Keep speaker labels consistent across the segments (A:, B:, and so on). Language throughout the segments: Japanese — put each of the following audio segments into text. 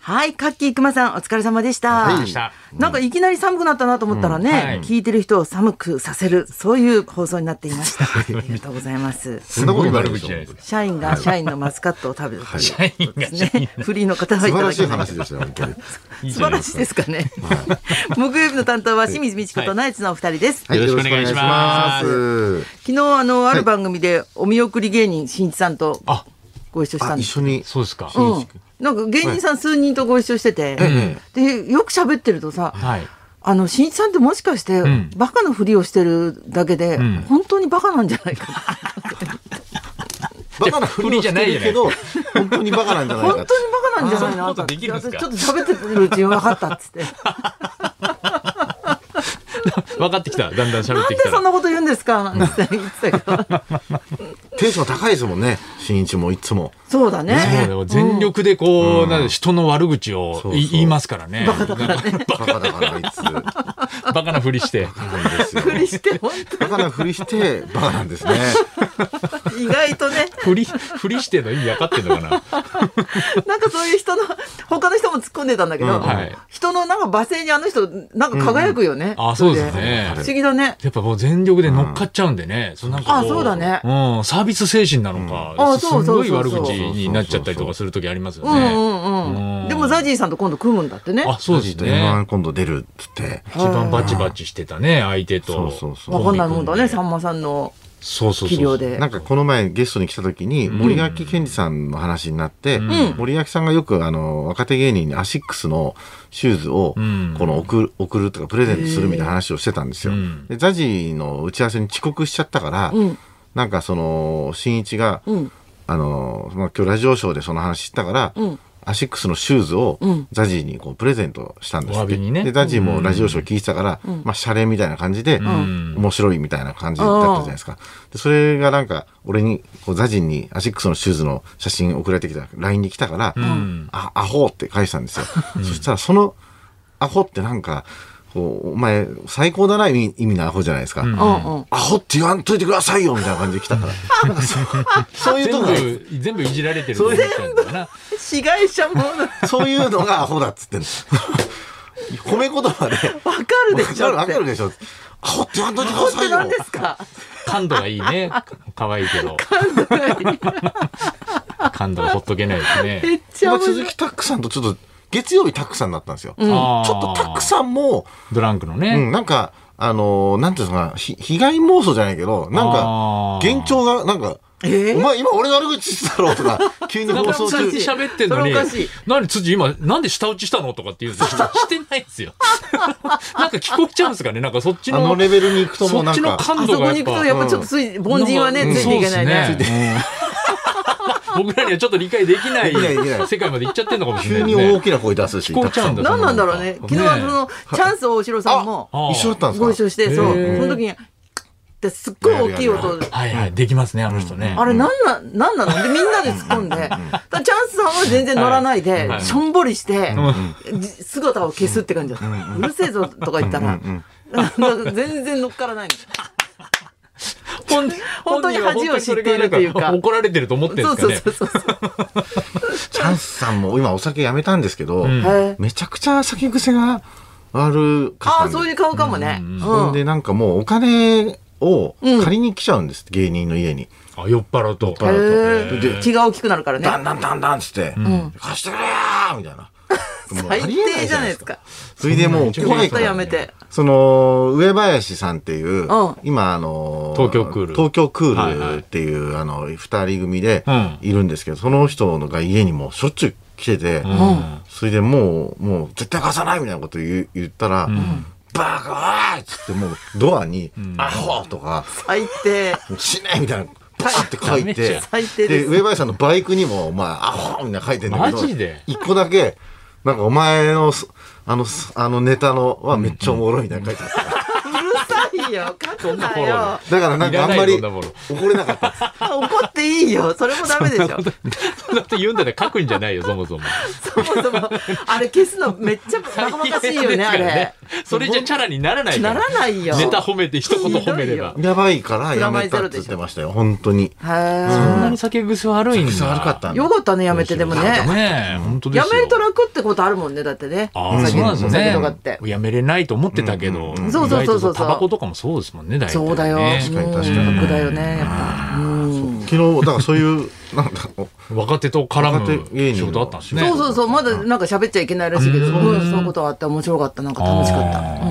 A: はい、カッキーくまさん、お疲れ様でした。
B: お疲れ様でした
A: なんかいきなり寒くなったなと思ったらね、
B: うんはい
A: 聞いてる人を寒くさせる、そういう放送になっていました。ありがとうございます。
B: すごい悪口じゃないですか。
A: 社員が社員のマスカットを食べるという
B: 社員が社員
A: ね、フリーの方はい
C: 素
A: ただ
C: 晴らし
A: き
C: い
A: ま
C: 話
A: す。
C: でしたよ、本当に。
B: いい
A: 素
B: じゃ
A: 晴
B: ない
A: ら
B: で
A: し
B: す
A: い
B: か
A: ですかね。木曜日の担当は清水美智子とナイツのお二人です。
C: は
B: よろしくお願いします
C: よろしくお願いします。
A: 昨日あのある番組でお見送り芸人しんいちさんと
B: あ、
A: ご一緒した
C: あ、
A: んで
C: 一
A: す。
C: 緒に。
B: そうですか。
A: うん、なんか芸人さん数人とご一緒してて、でよく喋ってるとさ、
B: はい。
A: あのしんいちさんってもしかして、
B: ん
A: バカのふりをしてるだけで、
B: ん
A: 本当にバカなんじゃないかな
C: バカなふりをしてるけど、本当にバカなんじゃない
A: 本当に
C: かっ
A: バ
C: て。
A: カなんじゃない
B: そん
A: な
B: なことできるんです
A: 私
B: か
A: ちょっと喋ってるうちに分かったっ つって
B: 分かってきた。だんだん喋
A: な
B: っ
A: ん
B: て
A: で
B: きた
A: そ
B: ら
A: ん。なこと言うんですかなんて言ってたけど
C: テンション高いですもんね、新一もいつも。
A: そうだね
B: そうだよ全力でこう、なんで人の悪口を
C: そうそう
B: い言いますからね。バカ
C: バカだから、あいつ。バカ
B: なふり して。
C: なんですよ
A: ふりして本
C: バカなふりして、バカなんですね。
A: 当意外とね
B: ふり、ふりしての意味分かってんのかな。
A: なんかそういう人の他の人も突っ込んでたんだけど、
C: うん
B: はい
A: 人のなんか罵声にあの人なんか輝くよね、
B: あ、そうですね
A: 不。思議だね
B: やっぱもう全力で乗っかっちゃうんでね。そうなんかこ
A: あそうだね
B: うん、サービス精神なの
A: うん
B: か、
A: あ
B: す
A: そう
B: す
A: そうそう
B: ご
A: そう
B: い悪口になっちゃったりとかする時ありますよ
A: うんう
B: ね。
A: んうん、
B: うん
A: でもザジーさんと今度組むんだってね
B: あ、そうですね
C: M1。今度出るっつって。
B: 一番バチバチしてたね、相手
C: そ
B: と。
C: うそうそう
A: わかんないもんだねさ
B: そ
A: んまさんの
B: うそうそう。
A: 器量で
C: なんかこの前ゲストに来た時に森脇健児さんの話になって、森脇さんがよくあの若手芸人にアシックスのシューズを
B: うん
C: この送る送るとかプレゼントするみたいな話をしてたんですよ。
B: うん
C: でザジーの打ち合わせに遅刻しちゃったから、
A: うん
C: なんかその新一が、
A: うん
C: あのまあ、今日ラジオショーでその話したから、
A: うん
C: アシックスのシューズを
A: うん
C: ザジーにこうプレゼントしたんです
B: お
C: って
B: 詫びにね
C: でザジーもラジオショー聞いてたから、まあ、シャレみたいな感じで、
B: ん
C: 面白いみたいな感じだったじゃないですか。でそれがなんか俺にこうザジーにアシックスのシューズの写真送られてきた LINE に来たから「
B: ん
C: あアホ」って返したんですよ。そしたらそのアホってなんかこうお前最高だな意味意味のアホじゃないですか。
A: うんうん
C: アホって言わんといてくださいよみたいな感じで来 たから。なんかそうそういう
B: 全
C: とこが、
B: 部、全部いじられてると思っちゃうんだよな。
A: 被害者もわ
C: そういうのがアホだっつってんの。褒め言葉で。
A: かるでしょ
C: わ
A: って
C: かるでしょ。アホって言わんといてく
A: こ
C: だ
A: っ
C: さ
A: て
C: いよ
A: 何。ですか
B: 感度がいいね。可愛いけ ど。感度がほっとけないです
A: め
B: ね。
A: っちゃ面
C: 僕
A: 白
C: 鈴
A: い
C: 木拓さんとちょっと、月曜日拓さんだったんですよ。ち
B: あー
C: ょっと拓さんも、
B: ドランクのね。
C: うん、なんか、あのーなんていうんですか、ひ被害妄想じゃないけど、なんか
B: あ、ー
C: 幻聴が、なんか、
A: え
C: お前今俺悪口してたろとか、急に
B: なん
C: 放
B: か
C: 送
B: 通
C: 中
B: 知喋ってんのに
A: それおかしい、
B: 何辻今、なんで舌打ちしたのとかって言うんです よ。してないですよ。 なんか聞こえちゃうんですかね。なんかそっち
C: あ
B: の
C: の、レベルに行くともう
B: そ
C: な
B: っち
C: ん
B: の
C: か、
A: あ
B: 感
A: そ
B: 度
A: こ
B: が
A: に
B: や
A: 行
B: っ
A: くと
B: ぱ
A: や。っぱちょっとつい凡人はね
B: なん
A: つ
B: か
A: いていけないね。
B: うん僕らにはちょっと理解できない
C: できないできない
B: 世界まで行っちゃってんのかもしれな
C: 急
B: いで
C: に
B: す
C: 大
B: ね。
C: きな声出すし、
B: 聞こえちゃうんだ
C: 拓
A: 何なんだろうね昨日はそのチャンス大城さんも
C: さん一緒だったんですか
A: ご一緒してそうそ
B: へえ
A: の時にってすっごい大きい音で
B: はいはい、できますね、あの人ね。
A: あれなんな、なんなのでみんなで突っ込んで、だからチャンスさんは全然乗らないで、
B: はい
A: しょんぼりして、じ姿を消すって感じだった。うるせえぞとか言ったら、なんか全然乗っからないの。
B: 本
A: 本当に恥を知っているというか
B: 怒られてると思ってる
A: そ
B: ん
A: う
B: です
A: そ
B: か
A: う
B: ね
A: そうそう。
C: チャンスさんも今お酒やめたんですけど、
B: ん
A: へえ
C: めちゃくちゃ酒癖が悪かった
A: あ
C: ん
A: あ、
C: で
A: そういう顔かもね。うん
C: ほんでなんかもうお金を借りに来ちゃうんです、芸人の家に。
B: あ酔っ払うと
C: 払う
A: へえ
C: で
A: 気が大きくなるからね。
C: だんだんだんだんっつって、貸してくれよーみたいな。もうあ
A: 最
C: りえ
A: 低じゃないです。か。
C: それでもう
A: ちょ
C: 怖
A: っ
C: い
A: と
C: か
A: や
C: ら、
A: めて。
C: その、上林さんっていう、
A: うん
C: 今あの
B: 東京クール
C: 東京ク
B: はいは
C: ー
B: い
C: ルっていう、あの、二人組で
B: うん
C: いるんですけど、その人が家にもうしょっちゅう来てて、
B: ん
C: それでもう、もう絶対貸さないみたいなこと言う言ったら、バカおいっつってもうドアに、アホとか、
A: 最低。
C: しないみたいな、バーって書い
B: ダメじ
C: て
B: ゃん、
A: 最低で
C: で、
A: す
C: 上林さんのバイクにも、まあ、アホみたいな書いてんだけど、
B: マジで
C: 一個だけ、なんかお前の、そあの、そあのネタのはめっちゃおもろいみたいな書いてあった。
A: うるさいよ。いよ。勝つ
B: ん
A: な
B: なフォロー
A: よ。
C: だからなんかあんまり
B: いらないよそんな
C: 怒れなかったです。
A: 怒っていいよ。それもダメでしょ。
B: そんなこと言うんだったら書くんじゃないよ、そもそも。
A: そもそも、あれ消すのめっちゃバカバカしいよね、あ
B: 大変ですから
A: れ。
B: それじゃチャラにならないか
A: な
B: ら。
A: らないよ。
B: ネタ褒めて一言褒めれば
A: ひ。
C: やばいからやめたって言ってましたよ、本当に。
B: そんな
A: へ
B: に酒癖悪いんだ。
C: 癖悪かった
A: え。よかったね、やめてでもね。
B: ねえ、本当で
A: や
B: すよ。
A: めると楽ってことあるもんね、だってね。
B: ああ、
A: お
B: そう
A: 酒
B: なんです
A: お酒
B: ね
A: とかって。。
B: やめれないと思ってたけど、
C: うん
A: そうそうそうそう
B: 意外とタバコとかもそうですもんね、大体ね
A: そうだよ。
C: 確かに確かに
A: うん楽だよね、やっぱ。うん
C: 昨日、だからそういう、なんだろう。
B: 若手と絡
C: 若手芸
B: む
C: 人
B: 仕
C: の
B: 事あったんですね。
A: そうそうそう、まだなんか喋っちゃいけないらしいけど、
B: う
A: うんんそういうことがあって面白かった、なんか楽しかった。
B: あ
A: う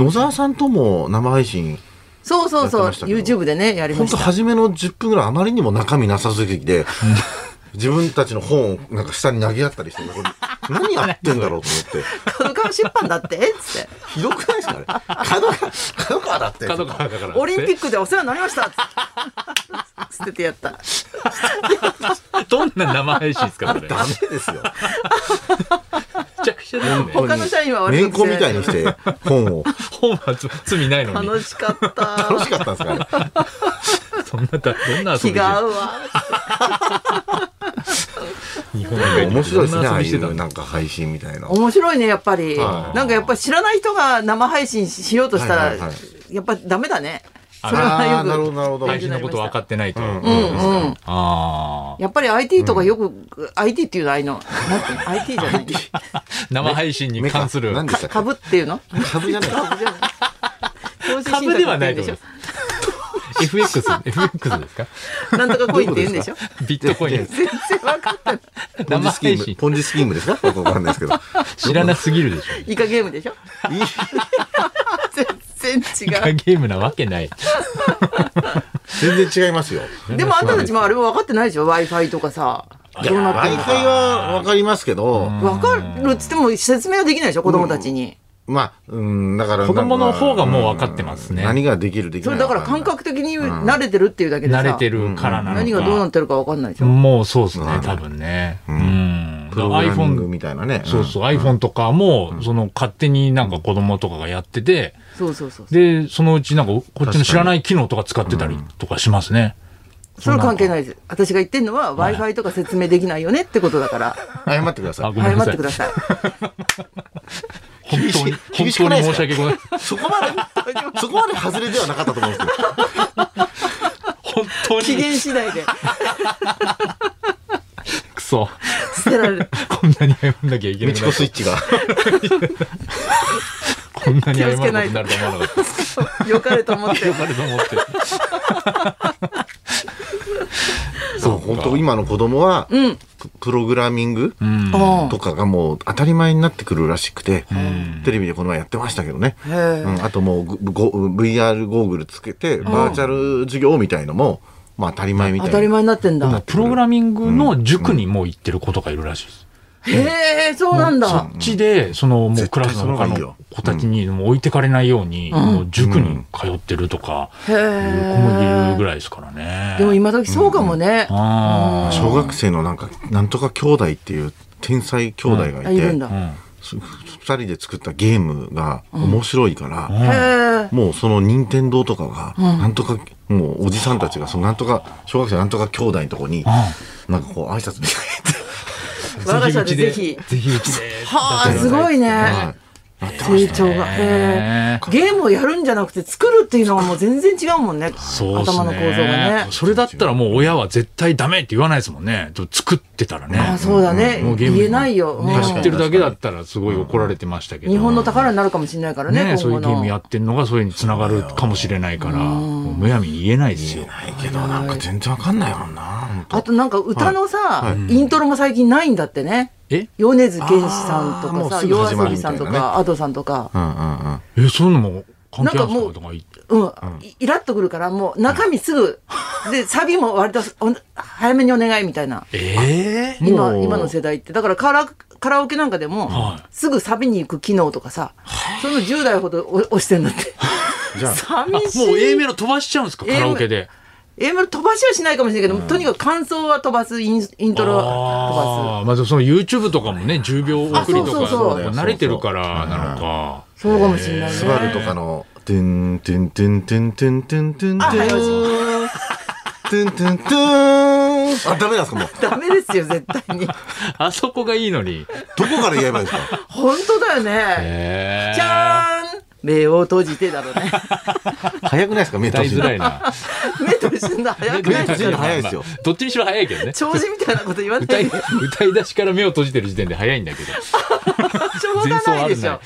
A: ん
C: 野沢さんとも生配信、
A: そうそうそう、
C: やってましたけど
A: YouTube でね、やりま
C: 本
A: し
C: 当
A: た。
C: 初めの10分ぐらいあまりにも中身なさすぎて、自分たちの本をなんか下に投げ合ったりして、これ何やってんだろうと思って。
A: 角川出版だってえっつっ て。
C: ひどくないですかね。角川、角川だって。
B: 角川だから。
A: オリンピックでお世話になりましたっつって捨ててやった。
B: ク。 どんな生配信ですか、これ。め
C: ダメですよ。
B: ちゃくちゃですね。
A: 他の社員は悪
C: 年
A: く
C: 功みたいにして、本を。
B: 本は罪ないのに。
A: 楽しかった。
C: 楽しかったんですかね。
B: そんな、どんな遊
A: 気
B: びで
A: が合うわ。
B: 日本の
C: 面白いですね、ああい
B: してた
C: うなんか配信み たいな。
A: 面白いね、やっぱり。
C: はい
A: なんかやっぱ知らない人が生配信しようとした
C: はいはい
A: ら
C: は、
A: やっぱダメだね。
B: あ
A: それは
C: ああ、なるほ
A: よ
C: ど、
A: く。
C: なるほど。
B: 大事なこと分かってないと。
C: うん
A: うんうん。
B: ああ。
A: やっぱり IT とかよく、IT っていうのはああいうの、なんていうの ?IT じゃない。
B: 生配信に関する。
C: 何でした
A: か
C: っ
A: 株っていうの
C: け株じゃない。
A: 株じゃない。投資信託
B: 株ではない
A: って
B: と
A: 言うん
B: 思いま
A: でし
B: す。FX、FX ですか
A: ょなんとかコインって言うんでしょ
B: ビットコイ
A: 全
B: ン。
A: 然わかってない。
C: ポン
B: 生
C: ジスキ
B: 配
C: ーム、
B: 信。
C: ポンジスキームですかよくわかんないですけど。
B: 知らなすぎるでしょ。
A: イカゲームでしょ
C: いい
A: 全然違う。
B: ゲームなわけない。
C: 全然違いますよ。
A: でもあんたたちもあれも分かってないでしょ ?Wi-Fi とかさ。
C: いや、
A: どうなってる
C: Wi-Fi はわかりますけど、
A: 分かるっつっても説明はできないでしょ子供たちに。
C: まあ、うん、だから。
B: 子供の方がもうわかってますね
C: うん何ができる、でき
A: そ
C: な
A: れ
C: い。
A: だから感覚的に慣れてるっていうだけでさ。
B: 慣れてるからなのか。
A: 何がどうなってるか分かんないでしょ
B: もうそうですね
C: う、ん
B: 多分ね。う
C: うん
B: ん。
C: プログラミング
B: iPhone、
C: みたいなね。
B: そうそう、iPhone とかも、その勝手になんか子供とかがやってて、
A: そうそうそう。
B: で、そのうちなんかこっちの知らない機能とか使ってたりとかしますね。
A: それは関係ないです。私が言ってるのは Wi-Fi とか説明できないよねってことだから、
C: 謝ってくださ
B: あ、
C: い。
B: ごめんな
A: 謝っ
B: さ
A: て
B: い
A: く。ださい。
B: 本
C: 厳しい
B: 当に、本
C: 厳しく
B: 当
C: ない
B: に申
C: です
B: し
C: か
B: 訳ございません。
C: そこまで、そこまで外れではなかったと思うんですけど。
B: 本当
A: 期
B: に、
A: 限次第で
B: くそ。
A: 捨てられる。
B: こんなに謝んなきゃいけな
C: み
B: い
C: ち。こスイッチが。
B: こんなに謝ることにな
A: 気
B: る
A: を
B: と思わなかった。
A: よかれと思って
B: よ。かれと思って。
C: そう、本当今の子供は、
A: うん。
C: プログラミング
B: うん。
A: あ
C: とかがもう当たり前になってくるらしくて、
B: ん
C: テレビでこの前やってましたけどね。
A: あ。へえ
C: う。ん、あともうごご VR ゴーグルつけて、バーチャル授業みたいのも、まあ当たり前みたい
A: 当
C: な。
A: たり前になってんだ。
B: プログラミングの塾にもう行ってる子とかいるらしいです。
A: へえ、そうなん
B: そ
A: だ。
B: っちで、その、もうクラスの他
C: 絶対その方がいい
B: の
C: よ
B: 子たちにもう置いてかれないように、もう塾に通ってるとか、
A: へ
B: いう子もいる
A: え
B: ぐ。らいですからね。
A: でも今時そうかもね。
B: あー
C: 小学生のなんか、なんとか兄弟っていう天才兄弟が
A: あ、
C: い
A: い
C: て、
A: るんだ。へ
C: そ二人で作ったゲームが面白いから、
B: うん
A: え。
C: もうその任天堂とかが、なんとか、もうおじさんたちが、そのなんとか、小学生なんとか兄弟のとこに、なんかこう挨拶みたい
B: うん。
A: 我が社でぜひ
B: ぜひうちで。
A: はあ、
B: だって
A: すごい
C: な、は
A: ね。
C: い、やってま
A: 成
C: した。
A: 長が。へえ。ゲームをやるんじゃなくて作るっていうのはもう全然違うもんね。
B: そうっすね。
A: 頭の構造がね。
B: それだったらもう親は絶対ダメって言わないですもんね。作ってたらね。
A: あ、そうだね。
B: もうゲーム
A: 言えないよ。うん
B: ね
C: 確
B: 知
C: かに
B: ってるだけだったらすごい怒られてましたけど。
A: 日本の宝になるかもしれないからね、
B: ね、そうい
A: 今後
B: うゲームや
A: の。
B: ってんのがそういうのにつながるかもしれないから、もうむやみに言えないですよ。
C: ないけど、なんか全然わかんないもんな、本当
A: あとなんか歌のさ
C: は、
A: イントロも最近ないんだってね。
B: え
A: 米津玄師さんと
C: あーも
A: か
C: う
A: さ、
C: すぐ
A: 夜
C: 始ま
A: 遊
C: る
A: び
C: みた
A: さ
C: い
A: ん
C: なね
A: とか、アドさんとか。
C: うんうんうん。
B: え、そういうのも関係あるんで
A: なんか
B: す
A: も
B: か
A: う
B: とか言って。
A: うん、いイラッとくるから、もう中身すぐ、で、サビも割とお早めにお願いみたいな。
B: ええ
A: 今、今の世代って。だからカラ、カラオケなんかでも
B: はい、
A: すぐサビに行く機能とかさ、その10代ほどお押してんだって。
C: じゃあ
A: 寂しい。
B: もう A メロ飛ばしちゃうんですか、カ
A: A メロ
B: ラオケで。
A: A メロ飛ばしはしないかもしれないけど、とにかく感想は飛ばす、インイントロは
B: ああ、まあその YouTube とかもね、10秒送りと
A: あそうそうそう
B: か、慣れてるからなのか。
A: 飛ばす。そうかもしれないね。
C: スバルとかのトゥントゥントゥントゥントゥントゥントゥント
A: あはいお
C: ゥントゥントゥントゥンあダメなんですかもう
A: ダメですよ、絶対 に。
B: あそこがいいのに。
C: どこから言えばいいですか
A: 本当だよね。
B: へー
A: じゃーん目を閉じてだろうね。
C: 早くないですか目
B: 歌
C: 閉
B: い
C: じる
B: づ
C: の
B: らいな。
A: 目閉じるの早くない
C: 目閉
A: で
C: じ
A: す
C: る
A: か
C: の早いですよ
B: まあまあどっちにしろ早いけどね。
A: 長寿みたいなこと言わない
B: 歌 い
A: で。
B: 歌い出しから目を閉じてる時点で早いん だけど。
A: しょうがないでしょ。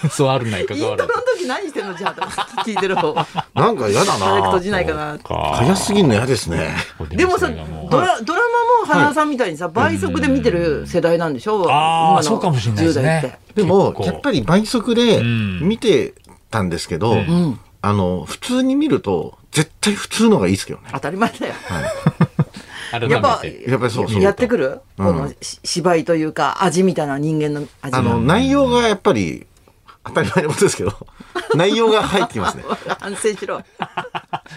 B: 前奏あるない。前奏あるない
A: イ
B: か
A: ン
B: かわ
A: ト
B: らず
A: ロの。時何してんのじゃあと聞いてる方は。
C: なんか嫌だ
A: 早く
C: な
A: 閉じないかな。
C: 早すぎんの嫌ですね
A: でもさ、
B: そ
A: ド
B: れがう
A: ラドラマも花さんみたいにさ、倍速で見てる世代なんでしょ
B: あ
A: 今の
B: ーそうかもしれないですね
A: 10代って。
C: で
B: 結
C: も
B: 構
C: やっぱり倍速で
B: ん
C: 見てたんですけど、
B: ん
A: うん。
C: あの普通に見ると絶対普通のがいいですけどね
A: 当たり前だよ。
B: 改
A: やっぱ
B: めて。、
C: やっぱりそうそう
A: やってくる、
C: うん
A: このし芝居というか、味みたいな人間の味が
C: あの内容がやっぱり当たり前のことですけど 内容が入ってきますね
A: 反省しろ。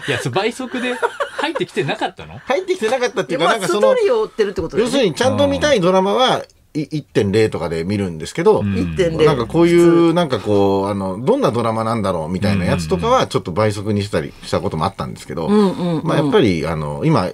B: いや、そう倍速で入ってきてなかったの
C: 入ってきてなかったって
A: い
C: い
A: や
C: うか
A: ま
C: なん
A: あ、
C: か
A: スト
C: そ
A: ー
C: の
A: リーを追ってるってことだ
C: 要
A: よ
C: す
A: ね。
C: るにちゃんと見たいドラマはい1.0とかで見るんですけど、
B: に
A: 1.0。
C: なんかこういう、なんかこう、あの、どんなドラマなんだろうみたいなやつとかは、ちょっと倍速にしたりしたこともあったんですけど、
A: んうんうん
C: まあやっぱり、あの、今、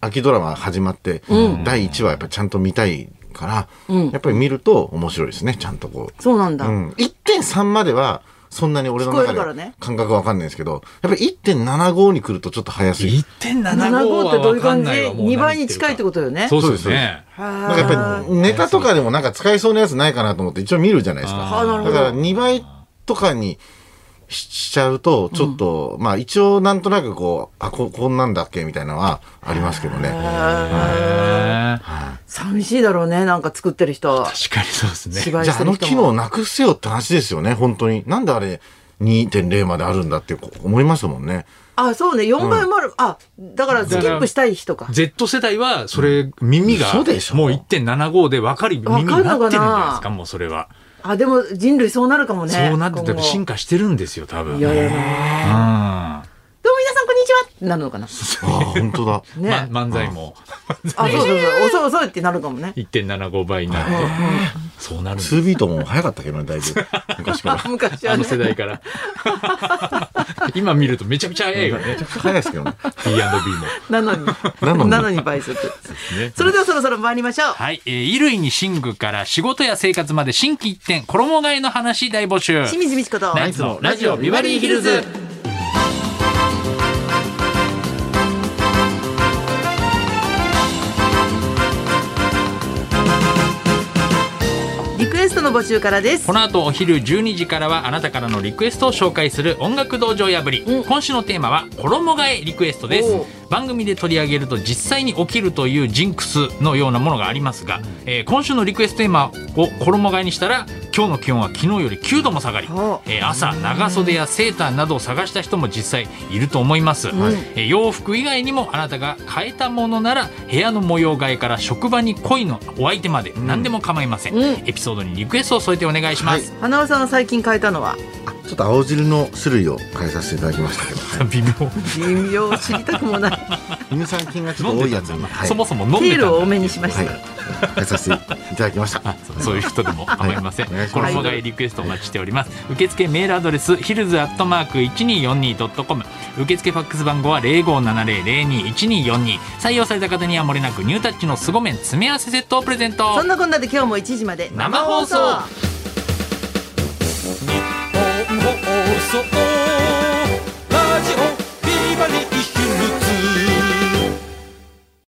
C: 秋ドラマ始まって、第1話やっぱちゃんと見たいから、
A: うん
C: やっぱり見ると面白いですね、ちゃんとこう。
A: そうなんだ。
C: うん、1.3までは、そんなに俺の
A: 聞
C: 中
A: こえるから
C: で
A: ね
C: 感覚わかんないんですけど、やっぱり1.75に来るとちょっと早すぎる。
A: 75
B: 1.75
A: ってどういう感じ
B: は分かんないわもう
A: ?2 倍に近いってことよね。
B: そうですね。
A: は
C: なんかやっぱりネタとかでもなんか使えそうなやつないかなと思って一応見るじゃないですか。
A: あーなるほ
C: だ
A: ど
C: から2倍とかにししちゃうと、ちょっと、まあ一応なんとなくこう、あ、ここんなんだっけみたいなのはありますけどね。
B: へー
A: 寂しいだろうね、なんか作ってる人。
B: 確かにそうですね。
A: 芝居
C: じゃあ
A: し
C: あ
A: てる
C: の
A: 人
C: 機
A: も。
C: 能なくせよって話ですよね、本当に。なんであれ2.0まであるんだってこう思いますもん ね。
A: あ、そうね、4倍もある。あ、だからスキップしたい人か。
B: Z 世代は、それ、耳が、も
C: 嘘
B: う
C: でしょ
B: 1.75で分かる耳になってるんじゃな
A: わ
B: い
A: かるのか
B: です
A: な
B: か、もうそれは。
A: あ、でも人類そうなるかもね。
B: そうなって
A: 今後
B: 多分進化してるんですよ、多分。
A: いやいやいや
B: うん
A: どうも皆さんこんにちはってなるのかな。
C: ああ、本当だ。
A: ね。
B: ま漫才も
A: あ、そうそうそう。遅い遅いってなるかもね。
B: 1.75倍になって、そうなるんです
C: 2ビートも早かったけどね、だいぶ。昔から。め
A: 昔
B: あ
A: は
B: の
A: ね。
B: 世 代から。今見るとめちゃくちゃ早いよね
C: ちゃ。くちゃ早いですけ どね。
B: B&B も。
A: なのに。
C: なのに
A: なのに倍速。それではそろそろ参りましょう。
B: はい。えー衣類に寝具から仕事や生活まで心機一転、衣替えの話大募集。
A: 清水美智子と。
B: ナイツのラジオビバリーヒルズ。
A: リクエストの募集からです
B: こ。の後お昼12時からはあなたからのリクエストを紹介する音楽道場破り、
A: うん
B: 今週のテーマは衣替えリクエストで
A: おう
B: す番組で取り上げると実際に起きるというジンクスのようなものがありますが、えー今週のリクエストテーマを衣替えにしたら今日の気温は昨日より9度も下がり、
A: おう
B: えー朝長袖やセーターなどを探した人も実際いると思います、
A: ん
B: えー洋服以外にもあなたが変えたものなら部屋の模様替えから職場に恋のお相手まで何でも構いません、
A: うん
B: エピソードにリクエストを添えてお願いします、
A: 花輪さんは最近変えたのは
C: ちょっと青汁の種類を変えさせていただきましたけ ど。
B: 微妙、
A: 微妙を知りたくもない
C: 乳酸菌がちょっと多いやつに、はい、
B: そもそも飲ん
A: テー
B: でた
A: ルを多
B: んだ
A: めにしまし
C: はい
A: た、、
C: 変えさせていただ きました。
B: そういう人でも構いません
C: はいお願いします
B: 衣替えリクエストお待ちしております受付メールアドレスヒルズアットマーク 1242.com 受付ファックス番号は0570021242採用された方にはもれなくニュータッチの凄麺詰め合わせセットをプレゼント
A: そんなこんなで今日も1時まで
B: 生放
D: 放送
B: 送
D: ラジオビバリー